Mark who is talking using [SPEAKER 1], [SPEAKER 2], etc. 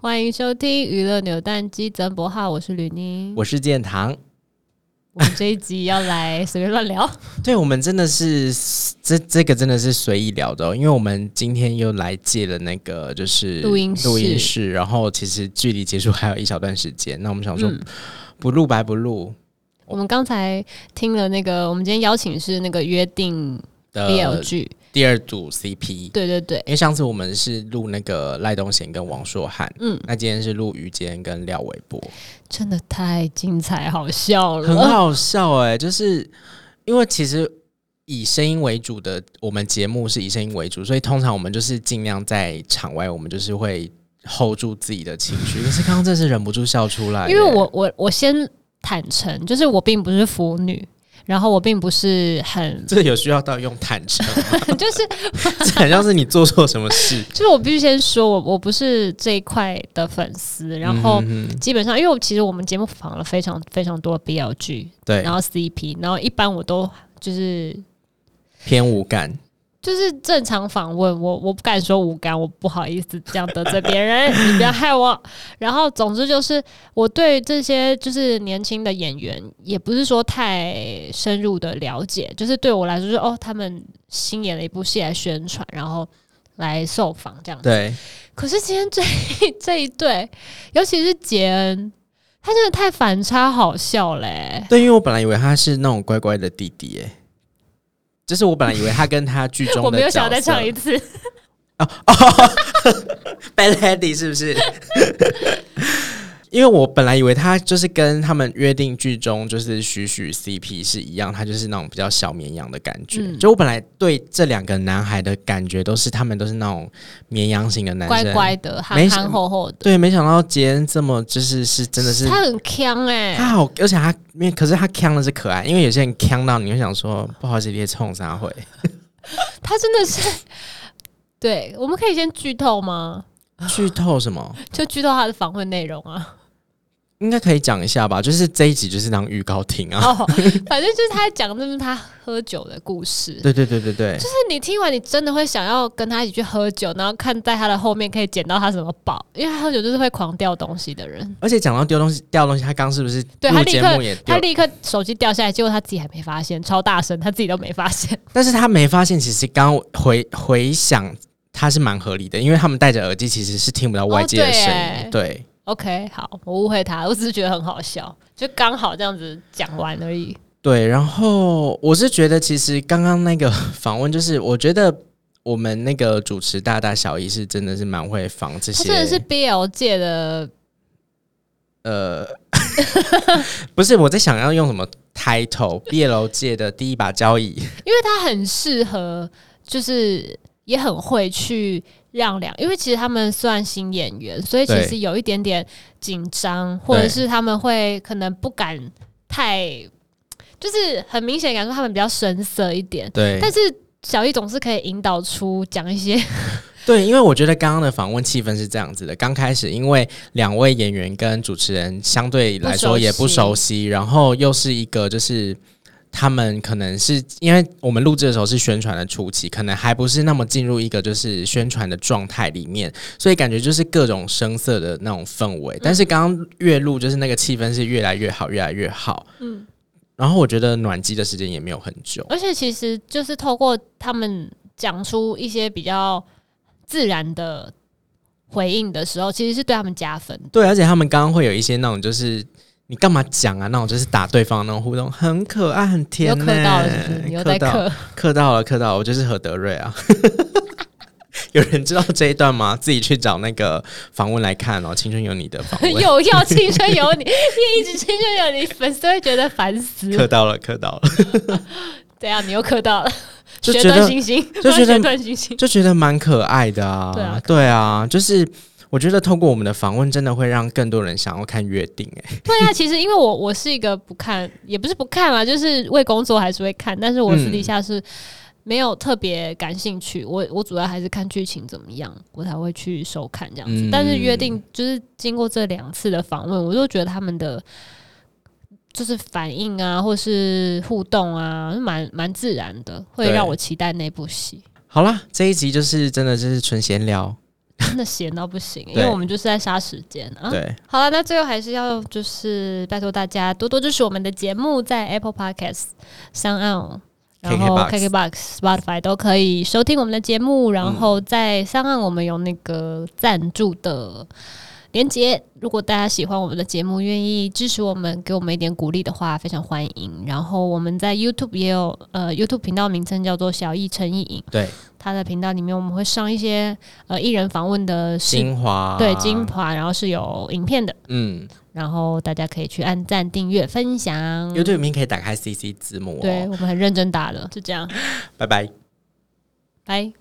[SPEAKER 1] 欢迎收听娱乐扭蛋机曾博浩，我是吕宁。
[SPEAKER 2] 我是建堂。
[SPEAKER 1] 我们这一集要来随便乱 聊，
[SPEAKER 2] 对我们真的是这这个真的是随意聊的、哦，因为我们今天又来借了那个就是
[SPEAKER 1] 录音室
[SPEAKER 2] 录音室，然后其实距离结束还有一小段时间，那我们想说
[SPEAKER 1] 嗯
[SPEAKER 2] 不录白不录
[SPEAKER 1] 我们刚才听了那个，我们今天邀请是那个约定
[SPEAKER 2] 的
[SPEAKER 1] BL 剧，
[SPEAKER 2] 第二组 CP，
[SPEAKER 1] 对对对，
[SPEAKER 2] 因为上次我们是录那个赖东贤跟王硕瀚，
[SPEAKER 1] 嗯，
[SPEAKER 2] 那今天是录于坚跟廖伟博，
[SPEAKER 1] 真的太精彩，好笑
[SPEAKER 2] 很
[SPEAKER 1] 了。
[SPEAKER 2] 好笑哎、就是因为其实以声音为主的我们节目是以声音为主，所以通常我们就是尽量在场外，我们就是会 hold 住自己的情绪。可是刚刚真是忍不住笑出来耶，欸
[SPEAKER 1] 因为 我我我先坦诚，就是我并不是腐女，然后我并不是很，
[SPEAKER 2] 这有需要到用坦诚吗，
[SPEAKER 1] 就是
[SPEAKER 2] 这很像是你做错什么事。
[SPEAKER 1] 就是我必须先说，我我不是这一块的粉丝，然后
[SPEAKER 2] 嗯哼哼
[SPEAKER 1] 基本上，因为我其实我们节目访了非常非常多 BL g
[SPEAKER 2] 对
[SPEAKER 1] 然后 CP，然后一般我都就是
[SPEAKER 2] 偏无感，
[SPEAKER 1] 就是正常访问，我我不敢说无感，我不好意思这样得罪别人， 你不要害我。然后总之就是，我对这些就是年轻的演员，也不是说太深入的了解，就是对我来说、就是哦，他们新演了一部戏来宣传，然后来受访这样子。
[SPEAKER 2] 对，
[SPEAKER 1] 可是今天这一 这一对，尤其是杰恩，他真的太反差好笑欸嘞、
[SPEAKER 2] 对，因为我本来以为他是那种乖乖的弟弟、耶，就是我本来以为他跟他剧中的
[SPEAKER 1] 我没有想要再
[SPEAKER 2] 角色
[SPEAKER 1] 唱一次，
[SPEAKER 2] Bad Lady 是不是？ 因为我本来以为他就是跟他们约定剧中就是许许 CP 是一样，他就是那种比较小绵羊的感觉。
[SPEAKER 1] 嗯
[SPEAKER 2] 就我本来对这两个男孩的感觉都是他们都是那种绵羊型的男
[SPEAKER 1] 乖
[SPEAKER 2] 生，
[SPEAKER 1] 乖的，憨
[SPEAKER 2] 没事
[SPEAKER 1] 憨厚厚的，
[SPEAKER 2] 对，没想到杰恩这么就是是真的是
[SPEAKER 1] 他很强哎、
[SPEAKER 2] 他好，而且他没有可是他呛的是可爱，因为有些人呛到你会想说不好意思，你也冲啥会？
[SPEAKER 1] 他真的是，对，我们可以先剧透吗？
[SPEAKER 2] 剧透什么？
[SPEAKER 1] 就剧透他的访问内容 啊。
[SPEAKER 2] 应该可以讲一下吧，就是这一集就是当预告听啊。
[SPEAKER 1] 哦，反正就是他讲的就是他喝酒的故事。
[SPEAKER 2] 对对对对对，
[SPEAKER 1] 就是你听完，你真的会想要跟他一起去喝酒，然后看在他的后面可以捡到他什么宝，因为他喝酒就是会狂掉东西的人。
[SPEAKER 2] 而且讲到丢东西掉东西，他刚是不是
[SPEAKER 1] 对他
[SPEAKER 2] 录
[SPEAKER 1] 立
[SPEAKER 2] 节
[SPEAKER 1] 刻
[SPEAKER 2] 目也
[SPEAKER 1] 他
[SPEAKER 2] 丢？
[SPEAKER 1] 立刻手机掉下来，结果他自己还没发现，超大声，他自己都没发现。
[SPEAKER 2] 但是他没发现，其实刚回回想他是蛮合理的，因为他们戴着耳机其实是听不到外界的声音。
[SPEAKER 1] 哦
[SPEAKER 2] 对，
[SPEAKER 1] OK，好，我误会他，我只是觉得很好笑，就刚好这样子讲完而已。
[SPEAKER 2] 对，然后我是觉得，其实刚刚那个访问，就是我觉得我们那个主持大大小一是真的是蛮会防这
[SPEAKER 1] 他
[SPEAKER 2] 些，
[SPEAKER 1] 真的是 BL 界的，
[SPEAKER 2] 呃，不是我在想要用什么 title，毕楼界的第一把交椅。
[SPEAKER 1] 因为他很适合，就是也很会去让两，因为其实他们算新演员，所以其
[SPEAKER 2] 对
[SPEAKER 1] 实有一点点紧张，或者
[SPEAKER 2] 对
[SPEAKER 1] 是他们会可能不敢太，就是很明显感受他们比较生涩一点，
[SPEAKER 2] 对，
[SPEAKER 1] 但是。小易总是可以引导出讲一些
[SPEAKER 2] 对，因为我觉得刚刚的访问气氛是这样子的。刚开始，因为两位演员跟主持人相对来说也不熟悉，然后又是一个就是他们可能是因为我们录制的时候是宣传的初期，可能还不是那么进入一个就是宣传的状态里面，所以感觉就是各种生涩的那种氛围。但是刚刚越录，就是那个气氛是越来越好，越来越好。嗯，然后我觉得暖机的时间也没有很久。
[SPEAKER 1] 而且其实就是透过他们讲出一些比较自然的回应的时候，其实是对他们加分的。
[SPEAKER 2] 对，而且他们刚刚会有一些那种就是。你干嘛讲啊？那种就是打对方的那种互动，很可爱，很
[SPEAKER 1] 你又
[SPEAKER 2] 甜、呢。
[SPEAKER 1] 磕到了，是不是？你又在
[SPEAKER 2] 到
[SPEAKER 1] 磕？
[SPEAKER 2] 磕到了，磕到了，我就是何德瑞啊。 有人知道这一段吗？自己去找那个访问来看哦，《青春有你》的访问。
[SPEAKER 1] 有要青春有你， 你一直青春有你，粉丝会觉得烦死。
[SPEAKER 2] 磕到了，磕 到了，
[SPEAKER 1] 怎样？你又磕到了？
[SPEAKER 2] 就
[SPEAKER 1] 学
[SPEAKER 2] 觉
[SPEAKER 1] 段
[SPEAKER 2] 得
[SPEAKER 1] 星星，
[SPEAKER 2] 就觉 得
[SPEAKER 1] 学段星星。
[SPEAKER 2] 就觉得蛮可爱的啊。
[SPEAKER 1] 对啊
[SPEAKER 2] 啊就是我觉得透过我们的访问，真的会让更多人想要看约定、哎，
[SPEAKER 1] 对啊，其实因为我我是一个不看，也不是不看嘛，就是为工作还是会看，但是我
[SPEAKER 2] 嗯
[SPEAKER 1] 私底下是没有特别感兴趣。我我主要还是看剧情怎么样，我才会去收看这样子。
[SPEAKER 2] 嗯
[SPEAKER 1] 但是约定就是经过这两次的访问，我就觉得他们的。就是反应啊，或是互动啊，蛮蛮自然的，会
[SPEAKER 2] 对
[SPEAKER 1] 让我期待那部戏。
[SPEAKER 2] 好啦，这一集就是真的就是纯闲聊，
[SPEAKER 1] 真的闲到不行，欸因
[SPEAKER 2] 对
[SPEAKER 1] 为我们就是在杀时间啊。
[SPEAKER 2] 对，
[SPEAKER 1] 好了，那最后还是要就是拜托大家多多支持我们的节目，在 Apple Podcast 上岸。然后
[SPEAKER 2] KKBOX
[SPEAKER 1] KKBox、Spotify 都可以收听我们的节目，然后
[SPEAKER 2] 嗯
[SPEAKER 1] 在上岸我们有那个赞助的连接。如果大家喜欢我们的节目，愿意支持我们，给我们一点鼓励的话，非常欢迎。然后我们在 YouTube 也有呃 YouTube 频道名称叫做小易陈意颖，
[SPEAKER 2] 对，
[SPEAKER 1] 他的频道里面我们会上一些呃艺人访问的视
[SPEAKER 2] 精华，
[SPEAKER 1] 对精，华，然后是有影片的，
[SPEAKER 2] 嗯
[SPEAKER 1] 然后大家可以去按赞、订阅、分享。
[SPEAKER 2] ，YouTube 里面可以打开 CC 字幕
[SPEAKER 1] 对
[SPEAKER 2] 哦，
[SPEAKER 1] 我们很认真打的，就这样，
[SPEAKER 2] 拜拜。
[SPEAKER 1] 拜。